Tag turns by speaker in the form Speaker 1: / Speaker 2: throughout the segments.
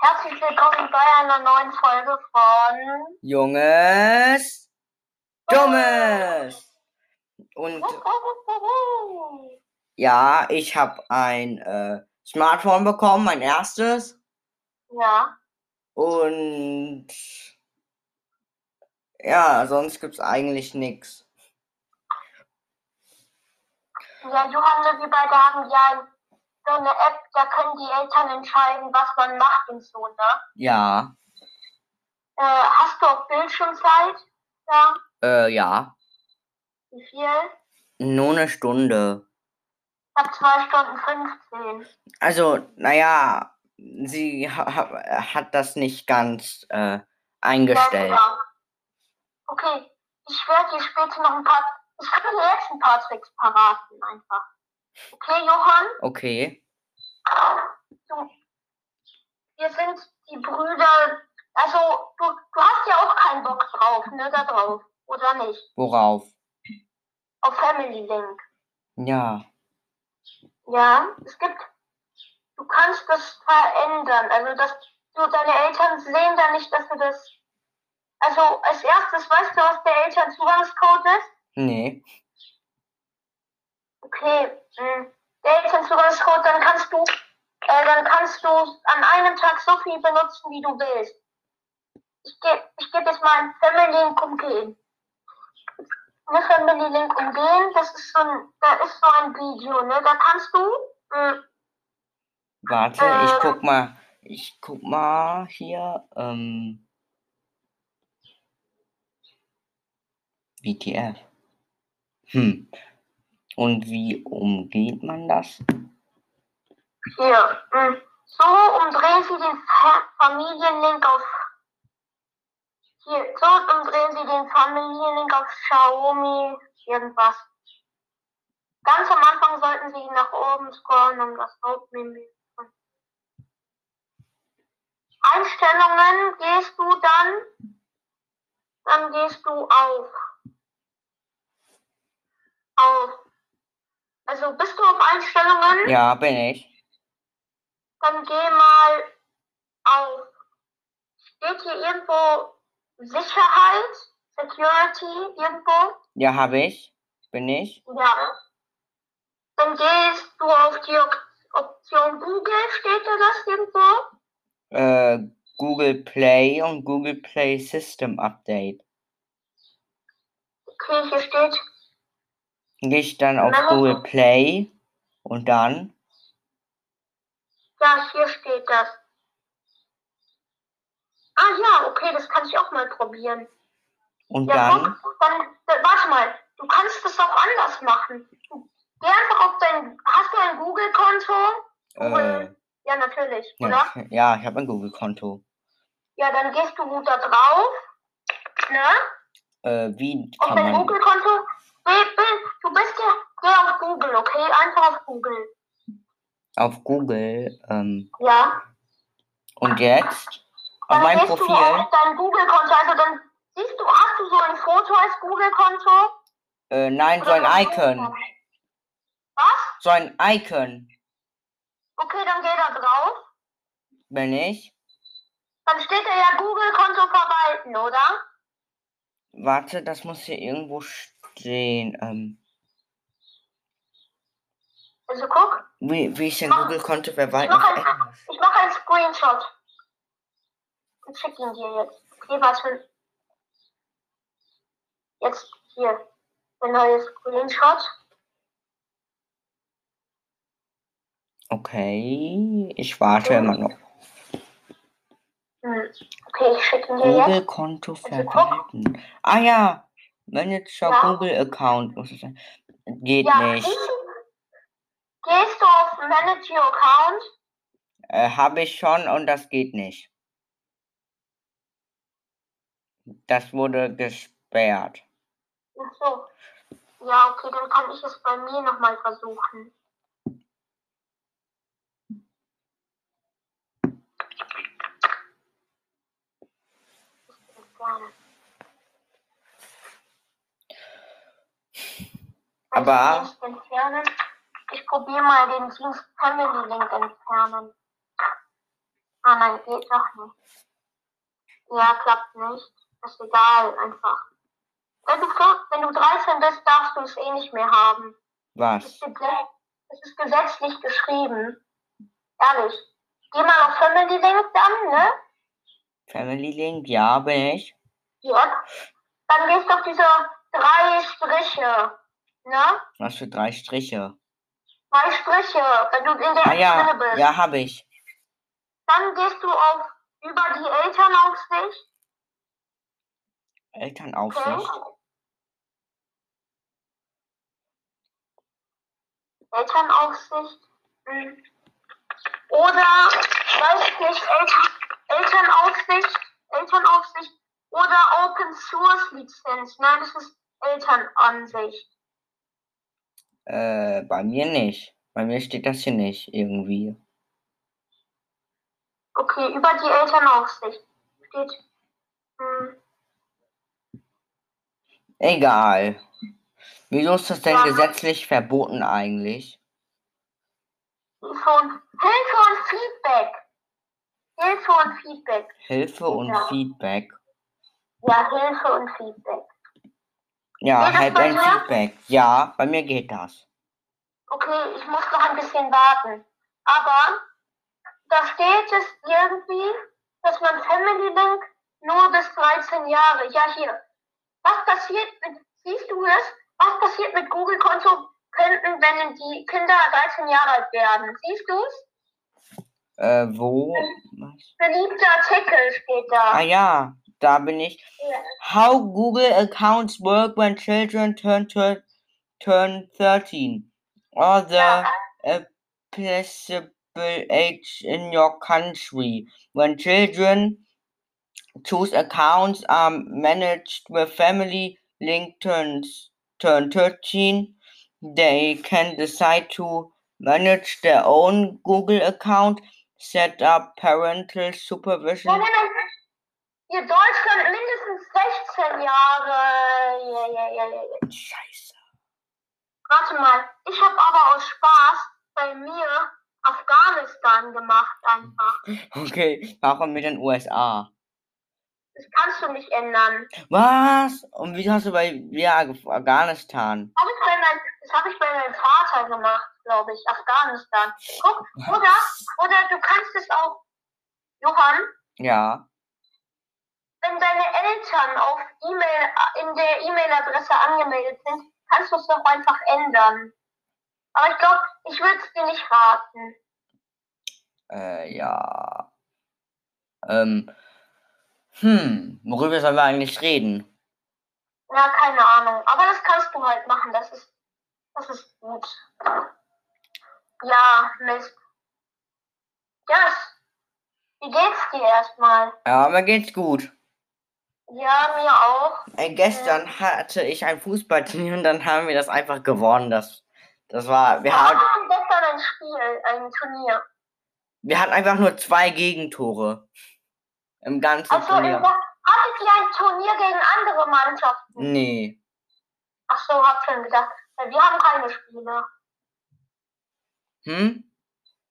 Speaker 1: Herzlich willkommen bei einer neuen Folge von
Speaker 2: Junges, Dummes. Und
Speaker 1: Oh. Äh,
Speaker 2: ja, ich habe ein äh, Smartphone bekommen, mein erstes.
Speaker 1: Ja,
Speaker 2: Und ja, sonst gibt's eigentlich nichts.
Speaker 1: ja, Johann und beide haben ja so eine App, da können die Eltern entscheiden, was man macht und so, ne?
Speaker 2: Ja,
Speaker 1: Äh, hast du auch Bildschirmzeit? Ja.
Speaker 2: äh, ja.
Speaker 1: Wie viel?
Speaker 2: Nur eine Stunde.
Speaker 1: Ich hab 2 Stunden 15.
Speaker 2: Also, naja, sie ha ha hat das nicht ganz äh, eingestellt.
Speaker 1: Ja. Okay, ich werde dir später noch ein paar. Ich kann dir jetzt ein paar Tricks paraten einfach. Okay, Johann?
Speaker 2: Okay.
Speaker 1: Du, wir sind die Brüder. Also, du, du hast ja auch keinen Bock drauf, ne, da drauf. Oder nicht?
Speaker 2: Worauf?
Speaker 1: Auf Family Link.
Speaker 2: Ja.
Speaker 1: Ja, es gibt. Du kannst das verändern. Also, dass du, deine Eltern sehen da nicht, dass du das. Also, als erstes weißt du, was der Elternzugangscode ist?
Speaker 2: Nee.
Speaker 1: Okay, hm. mh. der Elternzugangscode, dann kannst du. Äh, dann kannst du an einem Tag so viel benutzen, wie du willst. Ich gebe ich geb jetzt mal einen Family Link umgehen. Ne, Family Link umgehen, das ist so ein, da ist so ein Video, ne? Da kannst du. hm, Mh,
Speaker 2: Warte, ich
Speaker 1: Äh.
Speaker 2: guck mal. Ich guck mal hier. Ähm. WTF. E Hm. Und wie umgeht man das?
Speaker 1: Hier. mm. So umdrehen Sie den Fa Familienlink auf. Hier, so umdrehen Sie den Familienlink auf Xiaomi irgendwas. Ganz am Anfang sollten Sie ihn nach oben scrollen, um das Hauptmenü zu finden. Einstellungen gehst du dann. Dann gehst du auf. Auf. Also bist du auf Einstellungen?
Speaker 2: Ja, bin ich.
Speaker 1: Dann geh mal auf. Steht hier irgendwo Sicherheit? Security? Irgendwo?
Speaker 2: Ja, habe ich. Bin ich.
Speaker 1: Ja. Dann gehst du auf die Op- Option Google. Steht da das irgendwo?
Speaker 2: Äh, Google Play und Google Play System Update.
Speaker 1: Okay, hier steht.
Speaker 2: Gehe ich dann auf
Speaker 1: Na.
Speaker 2: Google Play und dann.
Speaker 1: Ja, hier steht das. Ah ja, okay, das kann ich auch mal probieren.
Speaker 2: Und
Speaker 1: Ja,
Speaker 2: dann.
Speaker 1: guck, dann, äh, warte mal, du kannst das auch anders machen. Du- Geh einfach auf dein, hast du ein Google-Konto?
Speaker 2: Äh,
Speaker 1: Ja, natürlich,
Speaker 2: ja,
Speaker 1: oder?
Speaker 2: ja, ich habe ein Google-Konto.
Speaker 1: Ja, dann gehst du da drauf, ne?
Speaker 2: Äh, wie
Speaker 1: Auf
Speaker 2: kann
Speaker 1: dein
Speaker 2: man.
Speaker 1: Google-Konto. Geh- geh- Du bist ja, geh auf Google, okay? Einfach auf Google.
Speaker 2: Auf Google. Ähm,
Speaker 1: Ja.
Speaker 2: Und jetzt auf
Speaker 1: Dann
Speaker 2: meinem
Speaker 1: gehst du
Speaker 2: Profil.
Speaker 1: auf dein Google-Konto. Also dann siehst du, hast du so ein Foto als Google-Konto?
Speaker 2: Äh, nein, so
Speaker 1: Oder
Speaker 2: ein
Speaker 1: was
Speaker 2: Icon.
Speaker 1: Was?
Speaker 2: So ein Icon
Speaker 1: Okay, dann geh da drauf.
Speaker 2: bin ich.
Speaker 1: Dann steht da ja Google-Konto verwalten, oder?
Speaker 2: Warte, das muss hier irgendwo stehen. Ähm,
Speaker 1: Also guck,
Speaker 2: wie, wie ich den
Speaker 1: Ah.
Speaker 2: Google-Konto verwalten
Speaker 1: Mach
Speaker 2: auf
Speaker 1: einfach.
Speaker 2: Englisch.
Speaker 1: ich mache einen Screenshot. Und schick ihn dir jetzt. Okay, warte. Jetzt hier. Der neue Screenshot.
Speaker 2: Okay, ich warte
Speaker 1: Ja.
Speaker 2: immer noch.
Speaker 1: Hm. Okay, ich schicke ihn dir Also jetzt.
Speaker 2: Google-Konto verwalten. Ah ja, Manager
Speaker 1: Ja.
Speaker 2: Google-Account muss es sein. Geht nicht.
Speaker 1: gehst du- Gehst du auf Manage Your Account?
Speaker 2: Äh, Habe ich schon und das geht nicht. Das wurde gesperrt.
Speaker 1: Ach so. Ja, okay, dann kann ich es bei mir nochmal versuchen.
Speaker 2: Aber-
Speaker 1: Dienst entfernen. Ich probiere mal den Dienst Family Link entfernen. Ah nein, geht doch nicht. Ja, klappt nicht. Ist egal, einfach. Wenn du, fünf- wenn du 13 bist, darfst du es eh nicht mehr haben. Es
Speaker 2: Was?
Speaker 1: ist, gesetz- es ist gesetzlich geschrieben. Ehrlich. Geh mal auf Family Link dann, ne?
Speaker 2: Family Link? Ja, bin ich.
Speaker 1: Ja. Dann gehst du auf diese drei Striche. Ne?
Speaker 2: Was für drei Striche?
Speaker 1: Drei Striche, wenn du in der
Speaker 2: Ah ja,
Speaker 1: drinne bist.
Speaker 2: ja, habe ich.
Speaker 1: Dann gehst du auf über die Elternaufsicht.
Speaker 2: Elternaufsicht.
Speaker 1: Elternaufsicht. Mhm. Oder, weiß ich nicht, Eltern, Elternaufsicht, Elternaufsicht oder Open Source Lizenz. Nein, das ist Elternansicht.
Speaker 2: Äh, bei mir nicht. Bei mir steht das hier nicht irgendwie.
Speaker 1: Okay, über die Elternaufsicht steht. hm,
Speaker 2: Egal. Wieso ist das denn
Speaker 1: Ja.
Speaker 2: gesetzlich verboten eigentlich?
Speaker 1: Hilfe und, Hilfe und Feedback. Hilfe und Feedback.
Speaker 2: Hilfe und
Speaker 1: Ja.
Speaker 2: Feedback.
Speaker 1: Ja, Hilfe und Feedback.
Speaker 2: Ja,
Speaker 1: Geht das
Speaker 2: halt
Speaker 1: bei
Speaker 2: ein
Speaker 1: dir?
Speaker 2: Feedback. Ja, bei mir geht das.
Speaker 1: Okay, ich muss noch ein bisschen warten. Aber da steht es irgendwie, dass man Family Link nur bis 13 Jahre. Ja, hier. Was passiert mit, siehst du das? Was passiert mit Google-Konto könnten, wenn die Kinder 13 Jahre alt werden? Siehst du es?
Speaker 2: Äh, wo? Was?
Speaker 1: Beliebte Artikel steht
Speaker 2: Ah
Speaker 1: da.
Speaker 2: ja, da bin ich. How Google accounts work when children turn to, turn 13 or the
Speaker 1: Ja.
Speaker 2: applicable age in your country. When children choose accounts are managed with family link turns turn 13, they can decide to manage their own Google account, set up parental supervision.
Speaker 1: Nein, nein, nein. Hier Deutschland mindestens 16 Jahre. Ja, ja, ja, ja, ja.
Speaker 2: Scheiße.
Speaker 1: Warte mal, ich habe aber aus Spaß bei mir Afghanistan gemacht einfach.
Speaker 2: Okay, warum mit den USA?
Speaker 1: Das kannst du nicht ändern.
Speaker 2: Was? Und wie hast du bei ja, Afghanistan?
Speaker 1: Hab ich bei mein, das habe ich bei meinem Vater gemacht, glaube ich, Afghanistan. Guck, oder, oder du kannst es auch, Johann,
Speaker 2: Ja.
Speaker 1: wenn deine Eltern auf E-Mail in der E-Mail-Adresse angemeldet sind, kannst du es doch einfach ändern. Aber ich glaube, ich würde es dir nicht raten.
Speaker 2: Äh, ja. Ähm. Hm, worüber sollen wir eigentlich reden?
Speaker 1: Na, keine Ahnung. Aber das kannst du halt machen. Das ist, das ist gut. Ja, Mist. Yes. Wie geht's dir erstmal?
Speaker 2: Ja, mir geht's gut.
Speaker 1: Ja, mir auch.
Speaker 2: Äh, gestern hatte ich ein Fußballturnier und dann haben wir das einfach gewonnen. Das, das war, wir,
Speaker 1: Ja.
Speaker 2: hat,
Speaker 1: Ich hatte gestern ein Spiel, ein Turnier.
Speaker 2: wir hatten einfach nur zwei Gegentore. Im ganzen
Speaker 1: Also, ihr
Speaker 2: Turnier.
Speaker 1: hattet ihr ein Turnier gegen andere Mannschaften?
Speaker 2: Nee.
Speaker 1: Ach so, hab schon gedacht. Ja, Wir haben keine Spiele.
Speaker 2: Hm?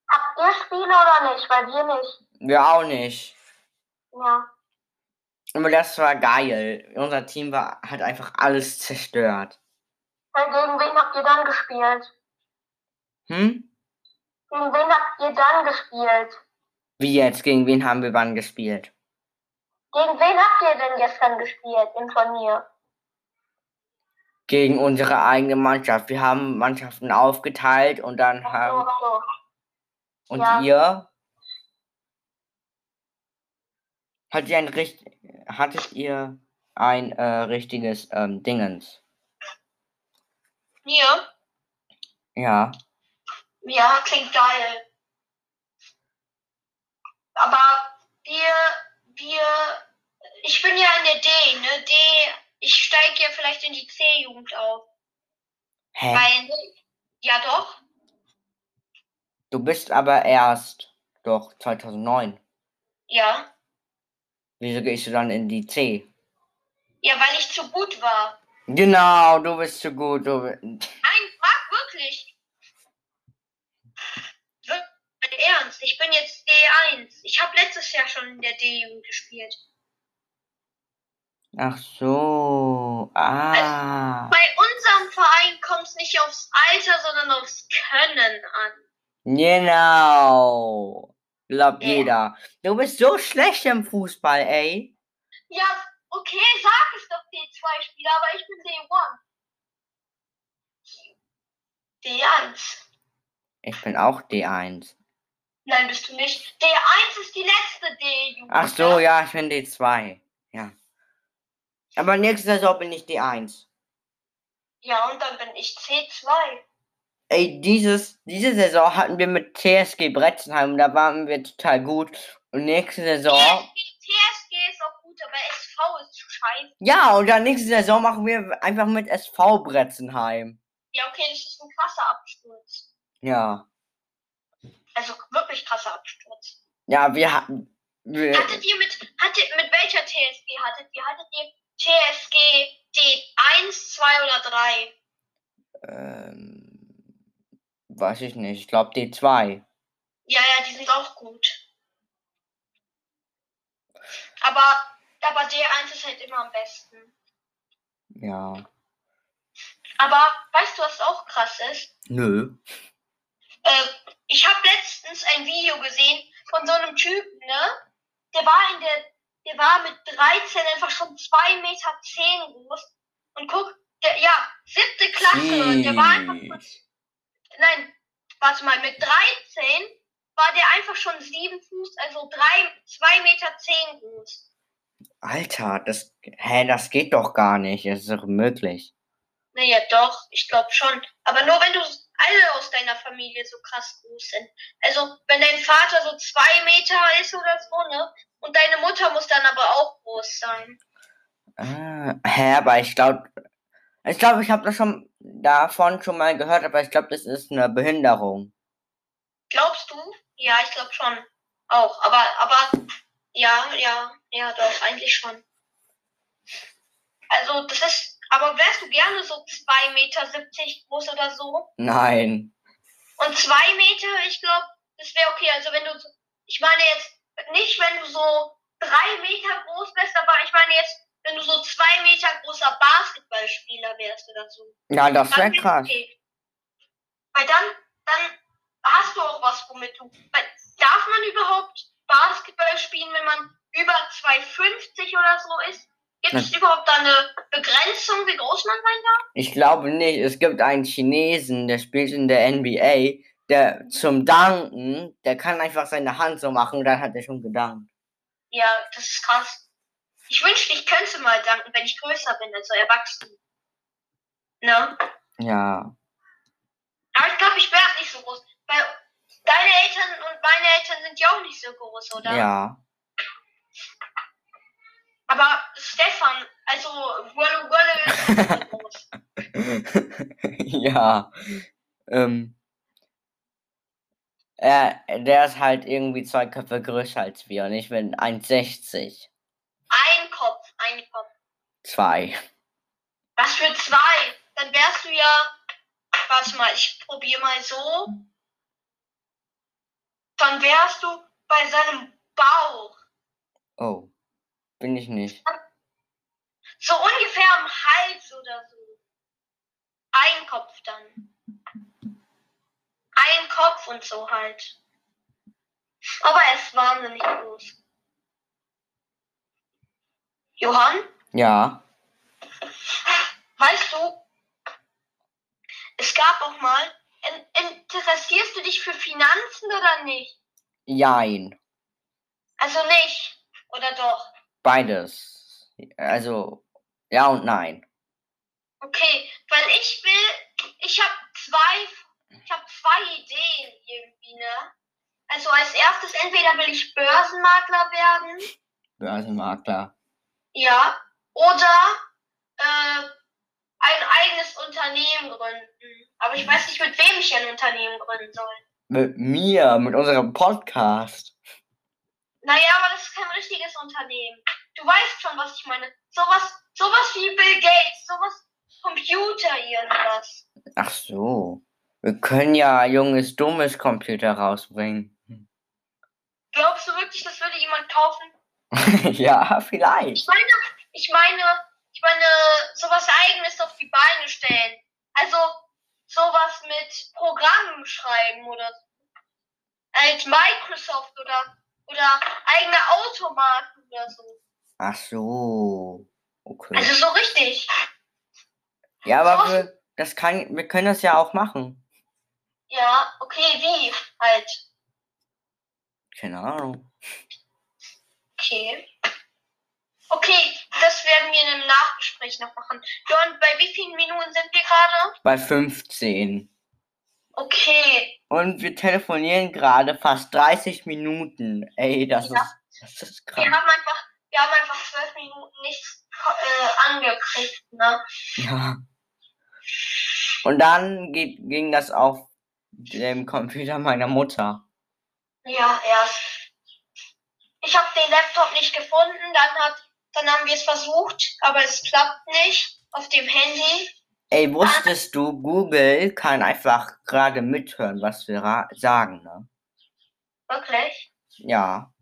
Speaker 1: Habt ihr Spiele oder nicht? Weil wir nicht.
Speaker 2: Wir auch nicht.
Speaker 1: Ja.
Speaker 2: Aber das war geil. Unser Team war, hat einfach alles zerstört.
Speaker 1: Weil Gegen wen habt ihr dann gespielt?
Speaker 2: Hm?
Speaker 1: Gegen wen habt ihr dann gespielt?
Speaker 2: Wie jetzt? Gegen wen haben wir wann gespielt?
Speaker 1: Gegen wen habt ihr denn gestern gespielt im Turnier?
Speaker 2: Gegen unsere eigene Mannschaft. Wir haben Mannschaften aufgeteilt und dann
Speaker 1: Ach so,
Speaker 2: haben.
Speaker 1: ach so.
Speaker 2: Und
Speaker 1: Oh ja.
Speaker 2: ihr? Hat ihr ein richt hattet ihr ein äh, richtiges ähm, Dingens?
Speaker 1: Mir?
Speaker 2: Ja.
Speaker 1: Ja, klingt geil. Aber wir, wir, ich bin ja in der D, ne? D, ich steige ja vielleicht in die C-Jugend auf.
Speaker 2: Hä?
Speaker 1: Weil, ja doch,
Speaker 2: Du bist aber erst doch 2009.
Speaker 1: ja.
Speaker 2: Wieso gehst du dann in die C?
Speaker 1: Ja, weil ich zu gut war.
Speaker 2: Genau, du bist zu gut. Du bi-
Speaker 1: Nein, frag wirklich. Wir- Ernst, ich bin jetzt D1. Ich Ich habe letztes Jahr schon in der D-Jugend gespielt.
Speaker 2: Ach so. Ah.
Speaker 1: Bei unserem Verein kommt es nicht aufs Alter, sondern aufs Können an.
Speaker 2: Genau. Glaubt
Speaker 1: Ja.
Speaker 2: jeder. Du bist so schlecht im Fußball, ey.
Speaker 1: Ja, okay, sag es doch D2-Spieler, aber ich bin D1. D1.
Speaker 2: Ich bin auch D1.
Speaker 1: Nein, bist du nicht. D1 ist die letzte D-Jugend.
Speaker 2: Ach so, ja, ich bin D2. Ja. Aber nächstes Saison bin ich D1.
Speaker 1: Ja, und dann bin ich C2.
Speaker 2: Ey, dieses, diese Saison hatten wir mit TSG Bretzenheim, da waren wir total gut. Und nächste Saison.
Speaker 1: TSG ist auch gut, aber SV ist scheiße.
Speaker 2: Ja, und dann nächste Saison machen wir einfach mit SV Bretzenheim.
Speaker 1: Ja, okay, das ist ein krasser Absturz.
Speaker 2: Ja.
Speaker 1: Also wirklich krasser Absturz.
Speaker 2: Ja, wir hatten. Wir,
Speaker 1: Hattet ihr mit, hattet, mit welcher TSG hattet ihr? Hattet ihr TSG D1, 2 oder 3?
Speaker 2: ähm, weiß ich nicht. Ich glaube D2.
Speaker 1: Ja, ja, die sind auch gut. Aber, aber D1 ist halt immer am besten.
Speaker 2: Ja.
Speaker 1: Aber weißt du, was auch krass ist?
Speaker 2: Nö.
Speaker 1: Äh, ich habe letztens ein Video gesehen von so einem Typen, ne? Der war in der, der war mit 13 einfach schon 2,10 Meter zehn groß. Und guck, der, ja, siebte Klasse, und der war einfach schon
Speaker 2: Jeez.
Speaker 1: Nein, warte mal, mit 13 war der einfach schon 7 Fuß, also 3, 2 Meter 10 groß.
Speaker 2: Alter, das. Hä, das geht doch gar nicht. Das ist doch möglich.
Speaker 1: Naja, doch, ich glaube schon. Aber nur wenn du alle aus deiner Familie so krass groß sind. Also, wenn dein Vater so 2 Meter ist oder so, ne? Und deine Mutter muss dann aber auch groß sein.
Speaker 2: Ah, hä, aber ich glaube. Ich glaube, ich habe das schon davon schon mal gehört, aber ich glaube, das ist eine Behinderung.
Speaker 1: Glaubst du? Ja, ich glaube schon. Auch, aber, aber, ja, ja, ja, doch, eigentlich schon. Also, das ist, aber wärst du gerne so 2,70 Meter groß oder so?
Speaker 2: Nein.
Speaker 1: Und 2 Meter, ich glaube, das wäre okay. Also, wenn du, so- ich meine jetzt, nicht wenn du so 3 Meter groß wärst, aber ich meine jetzt, wenn du so 2 Meter großer Basketballspieler wärst oder so.
Speaker 2: Ja, das
Speaker 1: Dann
Speaker 2: wäre
Speaker 1: wär's
Speaker 2: krass.
Speaker 1: okay. Weil dann, dann hast du auch was, womit du. Weil darf man überhaupt Basketball spielen, wenn man über 2,50 oder so ist? Gibt es überhaupt da eine Begrenzung, wie groß man sein darf?
Speaker 2: Ich glaube nicht. Es gibt einen Chinesen, der spielt in der NBA, der zum Danken, der kann einfach seine Hand so machen und dann hat er schon gedankt.
Speaker 1: Ja, das ist krass. Ich wünschte, ich könnte mal danken, wenn ich größer bin, also erwachsen. Ne?
Speaker 2: Ja.
Speaker 1: Aber ich glaube, ich wäre nicht so groß. Weil deine Eltern und meine Eltern sind ja auch nicht so groß, oder?
Speaker 2: Ja.
Speaker 1: Aber Stefan, also Wolle Wolle ist nicht so groß.
Speaker 2: ja. Ähm. Er, der ist halt irgendwie zwei Köpfe größer als wir und ich bin 1,60.
Speaker 1: Ein Kopf, ein Kopf.
Speaker 2: Zwei.
Speaker 1: Was für zwei? Dann wärst du ja. Warte mal, ich probiere mal so. Dann wärst du bei seinem Bauch.
Speaker 2: Oh. Bin ich nicht.
Speaker 1: So ungefähr am Hals oder so. Ein Kopf dann. Ein Kopf und so halt. Aber er ist wahnsinnig groß. Johann?
Speaker 2: Ja.
Speaker 1: Weißt du, es gab auch mal. In, interessierst du dich für Finanzen oder nicht?
Speaker 2: Jein.
Speaker 1: Also nicht. Oder doch?
Speaker 2: Beides. Also, ja und nein.
Speaker 1: Okay, weil ich will, ich habe zwei, ich habe zwei Ideen irgendwie, ne? Also als erstes, entweder will ich Börsenmakler werden,
Speaker 2: Börsenmakler.
Speaker 1: ja, oder äh, ein eigenes Unternehmen gründen. Aber ich weiß nicht, mit wem ich ein Unternehmen gründen soll.
Speaker 2: Mit mir, mit unserem Podcast.
Speaker 1: Naja, aber das ist kein richtiges Unternehmen. Du weißt schon, was ich meine. Sowas, sowas wie Bill Gates, sowas Computer irgendwas.
Speaker 2: Ach so. Wir können ja junges, dummes Computer rausbringen.
Speaker 1: Glaub, Glaubst du wirklich, das würde jemand kaufen?
Speaker 2: ja, vielleicht.
Speaker 1: Ich meine, ich meine, ich meine, sowas eigenes auf die Beine stellen. Also sowas mit Programmen schreiben oder als Microsoft oder oder eigene Automarken oder so.
Speaker 2: Ach so. Okay.
Speaker 1: Also so richtig.
Speaker 2: ja, aber wir, das kann, wir können das ja auch machen.
Speaker 1: Ja, okay, wie halt.
Speaker 2: Keine Ahnung.
Speaker 1: Okay. Okay, das werden wir in einem Nachgespräch noch machen. John, bei wie vielen Minuten sind wir gerade?
Speaker 2: Bei 15.
Speaker 1: Okay.
Speaker 2: Und wir telefonieren gerade fast 30 Minuten. Ey, das
Speaker 1: Ja.
Speaker 2: ist, das ist krass.
Speaker 1: Wir haben einfach, wir haben einfach zwölf Minuten nichts äh, angekriegt, ne?
Speaker 2: Ja. Und dann geht, ging das auf dem Computer meiner Mutter.
Speaker 1: Ja, erst. Ich habe den Laptop nicht gefunden, dann hat, dann haben wir es versucht, aber es klappt nicht auf dem Handy.
Speaker 2: Ey, wusstest du, Google kann einfach gerade mithören, was wir ra- sagen, ne?
Speaker 1: Wirklich?
Speaker 2: Ja,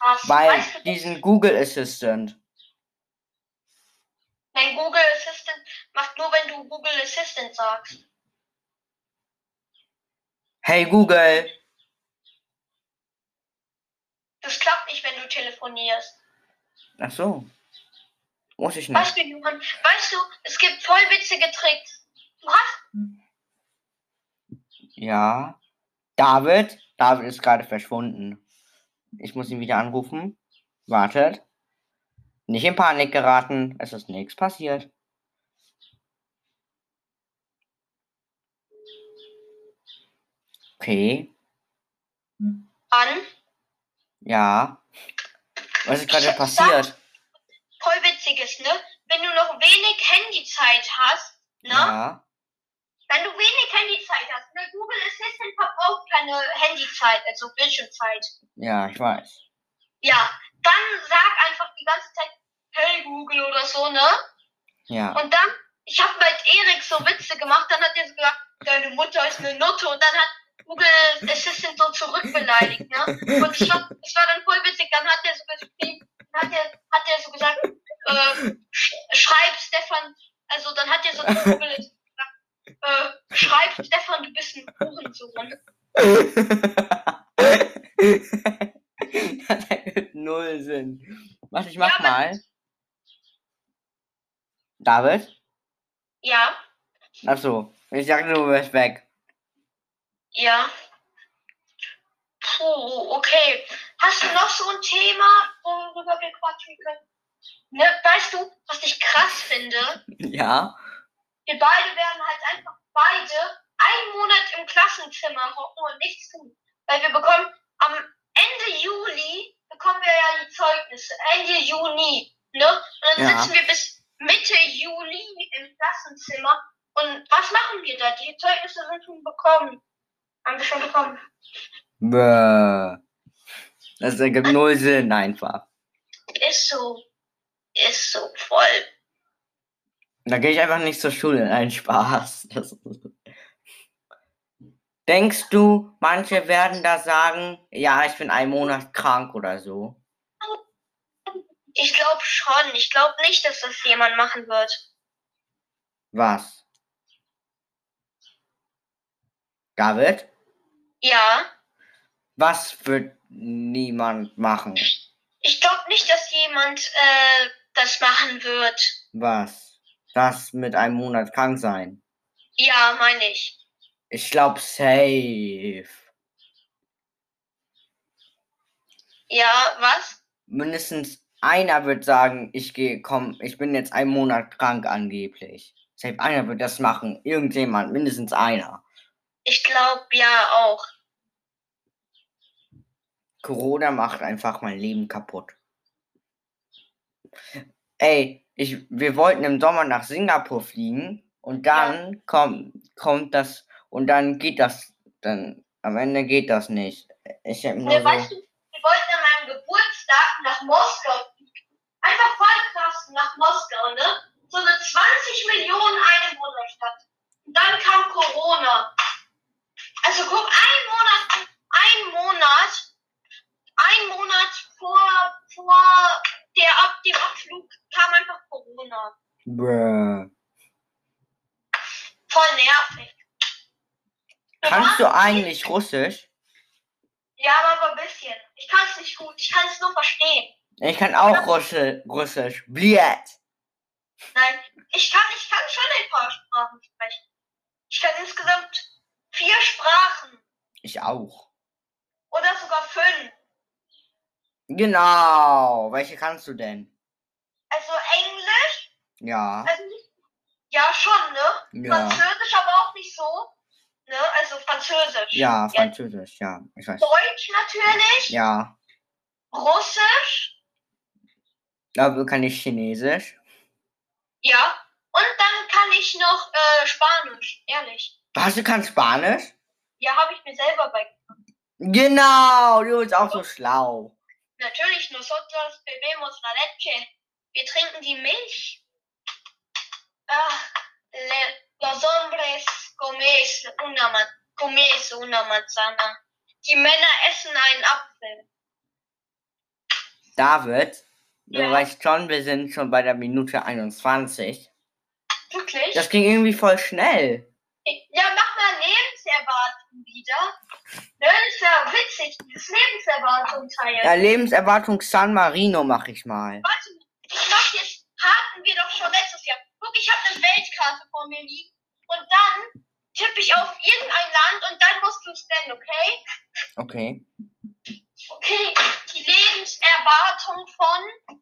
Speaker 1: Was?
Speaker 2: bei
Speaker 1: weißt du,
Speaker 2: diesem Google Assistant.
Speaker 1: Nein, Google Assistant macht nur, wenn du Google Assistant sagst.
Speaker 2: Hey Google,
Speaker 1: Das klappt nicht, wenn du telefonierst.
Speaker 2: ach so, muss ich nicht.
Speaker 1: Weißt du, Johann, weißt du, es gibt voll witzige Tricks. Du hast,
Speaker 2: Ja, David, David ist gerade verschwunden. Ich muss ihn wieder anrufen. Wartet. Nicht in Panik geraten, es ist nichts passiert. Okay,
Speaker 1: an,
Speaker 2: Ja. Was ist gerade passiert?
Speaker 1: voll witziges, ne? Wenn du noch wenig Handyzeit hast, ne?
Speaker 2: Ja.
Speaker 1: Wenn du wenig Handyzeit hast, ne? Google Assistant verbraucht keine Handyzeit, also Bildschirmzeit.
Speaker 2: Ja, ich weiß.
Speaker 1: Ja, dann sag einfach die ganze Zeit, hey Google oder so, ne?
Speaker 2: Ja.
Speaker 1: Und dann, ich habe mit Erik so Witze gemacht, dann hat er so gesagt, deine Mutter ist eine Nutte und dann hat Google Assistant so zurückbeleidigt, ne? Und ich hab, es war dann voll witzig, dann hat er so gespielt, dann hat er, hat er so gesagt, äh, sch schreib Stefan, also dann hat er so zu Google gesagt, äh, schreib Stefan, du bist ein Hurensohn.
Speaker 2: das ergibt null Sinn. Warte, ich mach
Speaker 1: Ja, aber-
Speaker 2: mal. David?
Speaker 1: Ja,
Speaker 2: Ach so. Ich sag nur, du bist weg.
Speaker 1: ja. Puh, okay. Hast du noch so ein Thema, worüber wir quatschen können? Ne, weißt du, was ich krass finde?
Speaker 2: Ja.
Speaker 1: Wir beide werden halt einfach beide einen Monat im Klassenzimmer hocken und nichts tun. Weil wir bekommen am Ende Juli bekommen wir ja die Zeugnisse. Ende Juni. Ne? Und dann
Speaker 2: Ja.
Speaker 1: sitzen wir bis Mitte Juli im Klassenzimmer. Und was machen wir da? Die Zeugnisse sind schon bekommen. Haben wir schon bekommen.
Speaker 2: Bäh. Das ergibt null Sinn einfach.
Speaker 1: Ist so. Ist so voll.
Speaker 2: Da gehe ich einfach nicht zur Schule. Nein, Spaß. Das ist- Denkst du, manche werden da sagen, ja, ich bin einen Monat krank oder so?
Speaker 1: Ich glaube schon. Ich glaube nicht, dass das jemand machen wird.
Speaker 2: Was? David?
Speaker 1: Ja.
Speaker 2: Was wird niemand machen?
Speaker 1: Ich glaube nicht, dass jemand äh, das machen wird.
Speaker 2: Was? Das mit einem Monat krank sein?
Speaker 1: Ja, meine ich.
Speaker 2: Ich glaube, safe.
Speaker 1: Ja, was?
Speaker 2: Mindestens einer wird sagen, ich gehe, komm, ich bin jetzt einen Monat krank angeblich. Safe einer wird das machen. Irgendjemand, mindestens einer.
Speaker 1: Ich glaube ja auch.
Speaker 2: Corona macht einfach mein Leben kaputt. Ey, ich, wir wollten im Sommer nach Singapur fliegen und dann kommt, kommt das und dann geht das, dann am Ende geht das nicht. Ich hab nur
Speaker 1: Ne, weißt
Speaker 2: so,
Speaker 1: du, wir wollten an meinem Geburtstag nach Moskau. Einfach voll krass nach Moskau, ne? So eine 20 Millionen Einwohnerstadt. Und dann kam Corona. Also guck, ein Monat, ein Monat
Speaker 2: Bruh.
Speaker 1: Voll nervig.
Speaker 2: Kannst du eigentlich Russisch?
Speaker 1: Ja, aber ein bisschen. Ich kann es nicht gut. Ich kann es nur verstehen.
Speaker 2: Ich kann auch Russi Russisch. Bliet.
Speaker 1: Nein, ich kann, ich kann schon ein paar Sprachen sprechen. Ich kann insgesamt vier Sprachen
Speaker 2: Ich auch.
Speaker 1: oder sogar fünf.
Speaker 2: Genau. Welche kannst du denn?
Speaker 1: Also Englisch,
Speaker 2: Ja.
Speaker 1: also nicht, ja schon, ne?
Speaker 2: Ja.
Speaker 1: Französisch aber auch nicht so. Ne? Also Französisch.
Speaker 2: Ja, Französisch. Ja, ich weiß.
Speaker 1: Deutsch natürlich,
Speaker 2: Ja.
Speaker 1: Russisch,
Speaker 2: Dafür kann ich Chinesisch.
Speaker 1: ja. Und dann kann ich noch äh, Spanisch, ehrlich.
Speaker 2: Was, du kannst Spanisch?
Speaker 1: Ja, habe ich mir selber bei.
Speaker 2: Genau. Du bist auch so schlau.
Speaker 1: Natürlich, nosotros bebemos la leche. Wir trinken die Milch. Ach, le, los hombres comes una, ma- comes una manzana. Die Männer essen einen Apfel.
Speaker 2: David, du
Speaker 1: Ja.
Speaker 2: weißt schon, wir sind schon bei der Minute 21.
Speaker 1: Wirklich?
Speaker 2: Das ging irgendwie voll schnell.
Speaker 1: Ja, mach mal Lebenserwartung wieder. Das ist ja witzig, dieses Lebenserwartung-Teil.
Speaker 2: Ja, Lebenserwartung San Marino mache ich mal.
Speaker 1: Warte, ich mach jetzt, hatten wir doch schon letztes Jahr. Guck, ich habe eine Weltkarte vor mir liegen und dann tippe ich auf irgendein Land und dann musst du es nennen, okay?
Speaker 2: Okay.
Speaker 1: Okay, die Lebenserwartung von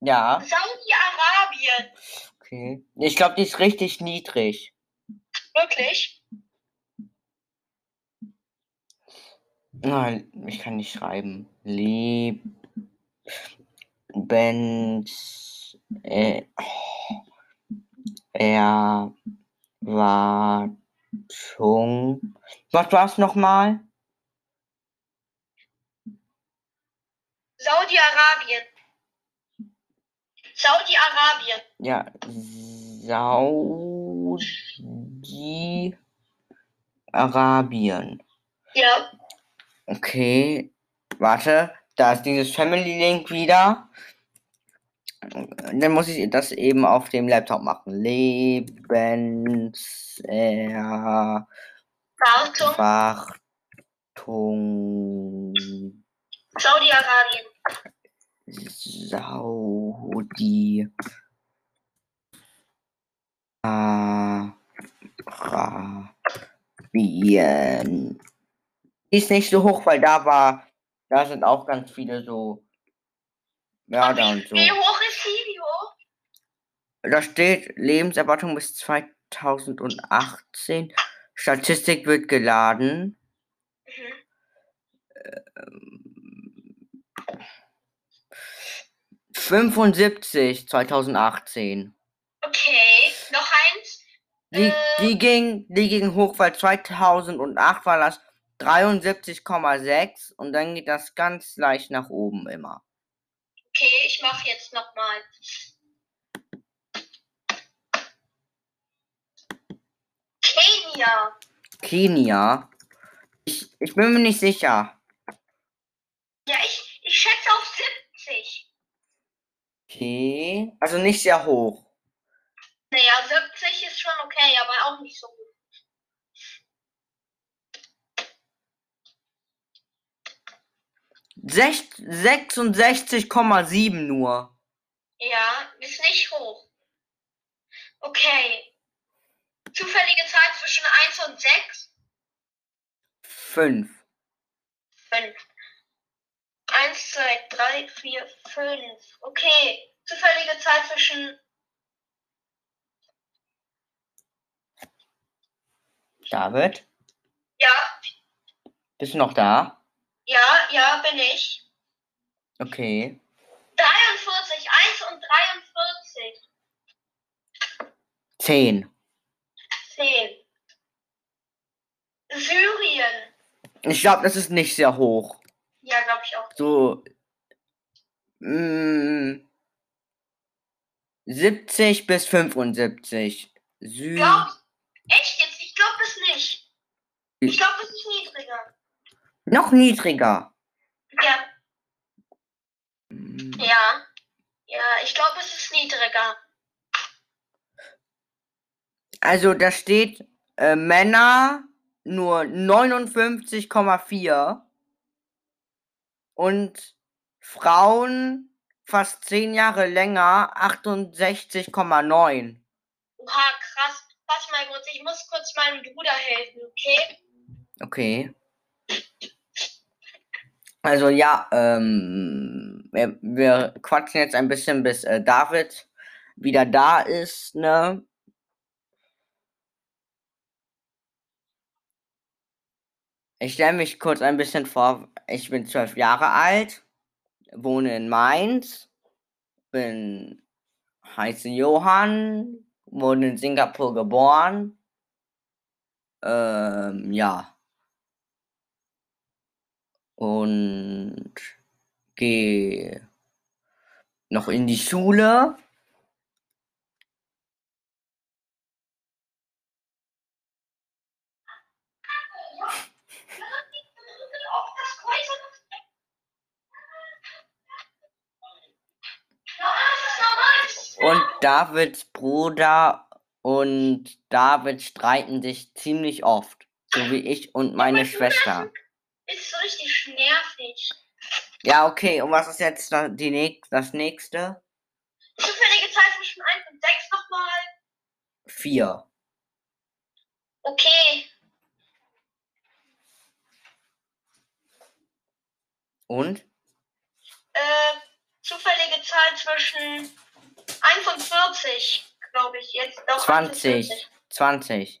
Speaker 2: Ja,
Speaker 1: Saudi-Arabien.
Speaker 2: okay. Ich glaube, die ist richtig niedrig.
Speaker 1: Wirklich?
Speaker 2: Nein, ich kann nicht schreiben. Lebens. Äh, oh. Erwartung. Was war's nochmal?
Speaker 1: Saudi-Arabien. Saudi-Arabien.
Speaker 2: Ja, Saudi-Arabien.
Speaker 1: Ja.
Speaker 2: Okay, warte, da ist dieses Family Link wieder. Dann muss ich das eben auf dem Laptop machen. Lebenserwartung.
Speaker 1: Wartung. Saudi-Arabien.
Speaker 2: Saudi. Arabien. Die ist nicht so hoch, weil da war, da sind auch ganz viele so Mörder und so.
Speaker 1: Wie hoch ist sie? Wie hoch?
Speaker 2: Da steht Lebenserwartung bis 2018. Statistik wird geladen.
Speaker 1: Mhm.
Speaker 2: Ähm, 75 2018.
Speaker 1: Okay, noch eins.
Speaker 2: Die,
Speaker 1: Äh.
Speaker 2: die, ging, die ging hoch, weil 2008 war das 73,6 und dann geht das ganz leicht nach oben immer.
Speaker 1: Okay, ich mache jetzt nochmal. Kenia.
Speaker 2: Kenia. Ich, ich bin mir nicht sicher.
Speaker 1: Ja, ich, ich schätze auf 70.
Speaker 2: Okay. Also nicht sehr hoch.
Speaker 1: Naja, 70 ist schon okay, aber auch nicht so gut.
Speaker 2: Sech- 66,7 nur.
Speaker 1: Ja, ist nicht hoch. Okay. Zufällige Zahl zwischen 1 und 6?
Speaker 2: 5.
Speaker 1: 5. 1, 2, 3, 4, 5. Okay. Zufällige Zahl zwischen
Speaker 2: David,
Speaker 1: ja,
Speaker 2: bist du noch da?
Speaker 1: Ja, ja, bin ich.
Speaker 2: Okay.
Speaker 1: 43, 1 und 43.
Speaker 2: 10.
Speaker 1: 10. Syrien.
Speaker 2: Ich glaube, das ist nicht sehr hoch.
Speaker 1: Ja, glaube ich auch.
Speaker 2: So. Mh, 70 bis 75. Sü
Speaker 1: Glaub, echt jetzt? Ich glaube es nicht. Ich glaube, es ist niedriger.
Speaker 2: Noch niedriger.
Speaker 1: Ja,
Speaker 2: Hm,
Speaker 1: ja. Ja, ich glaube, es ist niedriger.
Speaker 2: Also da steht äh, Männer nur 59,4 und Frauen fast 10 Jahre länger 68,9.
Speaker 1: Oha, krass. Warte mal kurz, ich muss kurz meinem Bruder helfen, okay?
Speaker 2: Okay. Also ja, ähm, wir, wir quatschen jetzt ein bisschen, bis äh, David wieder da ist, ne? Ich stelle mich kurz ein bisschen vor. Ich bin zwölf Jahre alt, wohne in Mainz, bin heiße Johann, wurde in Singapur geboren. Ähm, ja. Und gehe noch in die Schule. Und Davids Bruder und David streiten sich ziemlich oft. So wie ich und meine Schwester.
Speaker 1: Ist so richtig nervig.
Speaker 2: Ja, okay. Und was ist jetzt da- die näch- das nächste?
Speaker 1: Zufällige Zahl zwischen 1 und 6 nochmal.
Speaker 2: Vier.
Speaker 1: Okay.
Speaker 2: Und?
Speaker 1: Äh, zufällige Zahl zwischen 1 und 40, glaube ich. Jetzt doch
Speaker 2: 20. 20.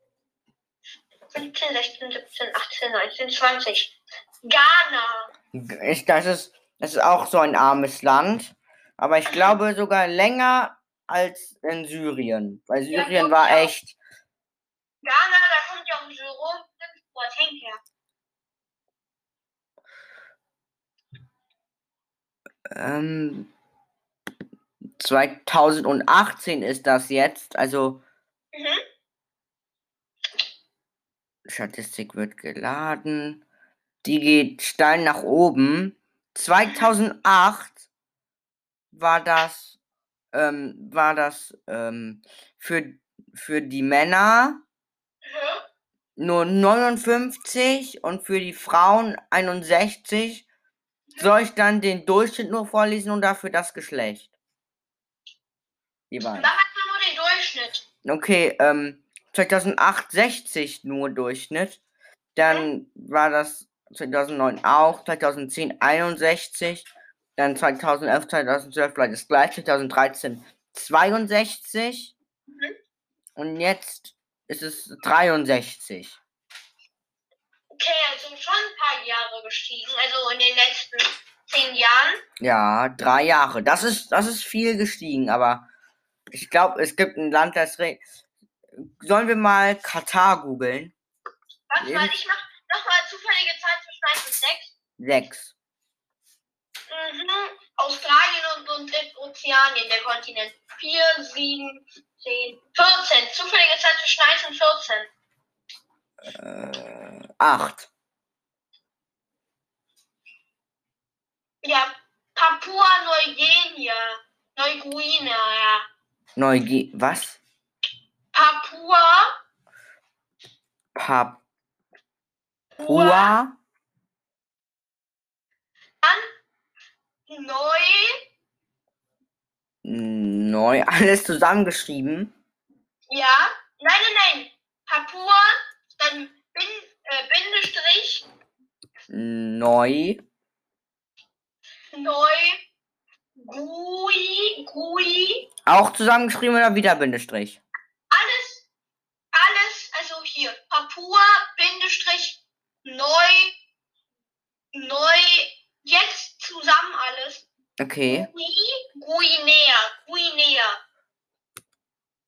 Speaker 1: und 15, 16, 17, 18, 19, 20. Ghana.
Speaker 2: Ich, das, ist, das ist auch so ein armes Land. Aber ich glaube sogar länger als in Syrien. Weil
Speaker 1: Ja,
Speaker 2: Syrien
Speaker 1: guck
Speaker 2: war
Speaker 1: mal.
Speaker 2: echt.
Speaker 1: Ghana, da kommt ja auch Jerome Boateng her.
Speaker 2: Ähm, 2018 ist das jetzt. Also
Speaker 1: Mhm.
Speaker 2: Statistik wird geladen. Die geht steil nach oben. 2008 war das, ähm, war das ähm, für, für die Männer
Speaker 1: Mhm.
Speaker 2: nur 59 und für die Frauen 61. Soll ich dann den Durchschnitt nur vorlesen und dafür das Geschlecht? Jeweils.
Speaker 1: Mach einfach nur den Durchschnitt.
Speaker 2: Okay, ähm, 2008 60 nur Durchschnitt. Dann war das 2009 auch, 2010 61, dann 2011, 2012 bleibt es gleich, 2013 62
Speaker 1: Mhm.
Speaker 2: und jetzt ist es 63.
Speaker 1: Okay, also schon ein paar Jahre gestiegen. Also in den letzten zehn Jahren.
Speaker 2: Ja, drei Jahre. Das ist, das ist viel gestiegen, aber ich glaube, es gibt ein Land, das... re- Sollen wir mal Katar googeln?
Speaker 1: Warte mal,
Speaker 2: Eben.
Speaker 1: ich mach nochmal zufällige Zahl zwischen 1 und 6.
Speaker 2: Sechs.
Speaker 1: Mhm. Australien und, und Ozeanien, der Kontinent. 4, 7, 10, 14. Zufällige Zahl zwischen 1 und 14.
Speaker 2: Äh, acht.
Speaker 1: Ja, Papua-Neuguinea. Neuguinea, ja.
Speaker 2: Neugier. Was?
Speaker 1: Papua.
Speaker 2: Papua?
Speaker 1: Neu.
Speaker 2: Neu. Alles zusammengeschrieben.
Speaker 1: Ja. Nein, nein, nein. Papua. Dann bin, äh, Bindestrich.
Speaker 2: Neu.
Speaker 1: Neu. Gui. Gui.
Speaker 2: Auch zusammengeschrieben oder wieder Bindestrich?
Speaker 1: alles, alles, also hier, Papua, Bindestrich, neu, neu, jetzt zusammen alles.
Speaker 2: Okay.
Speaker 1: Gui, Guinea,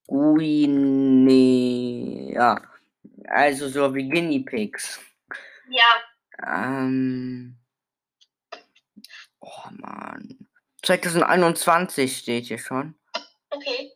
Speaker 1: Guinea.
Speaker 2: Guinea. Also so wie Guinea Pigs.
Speaker 1: Ja,
Speaker 2: Ähm. Oh Mann. 2021 steht hier schon.
Speaker 1: okay.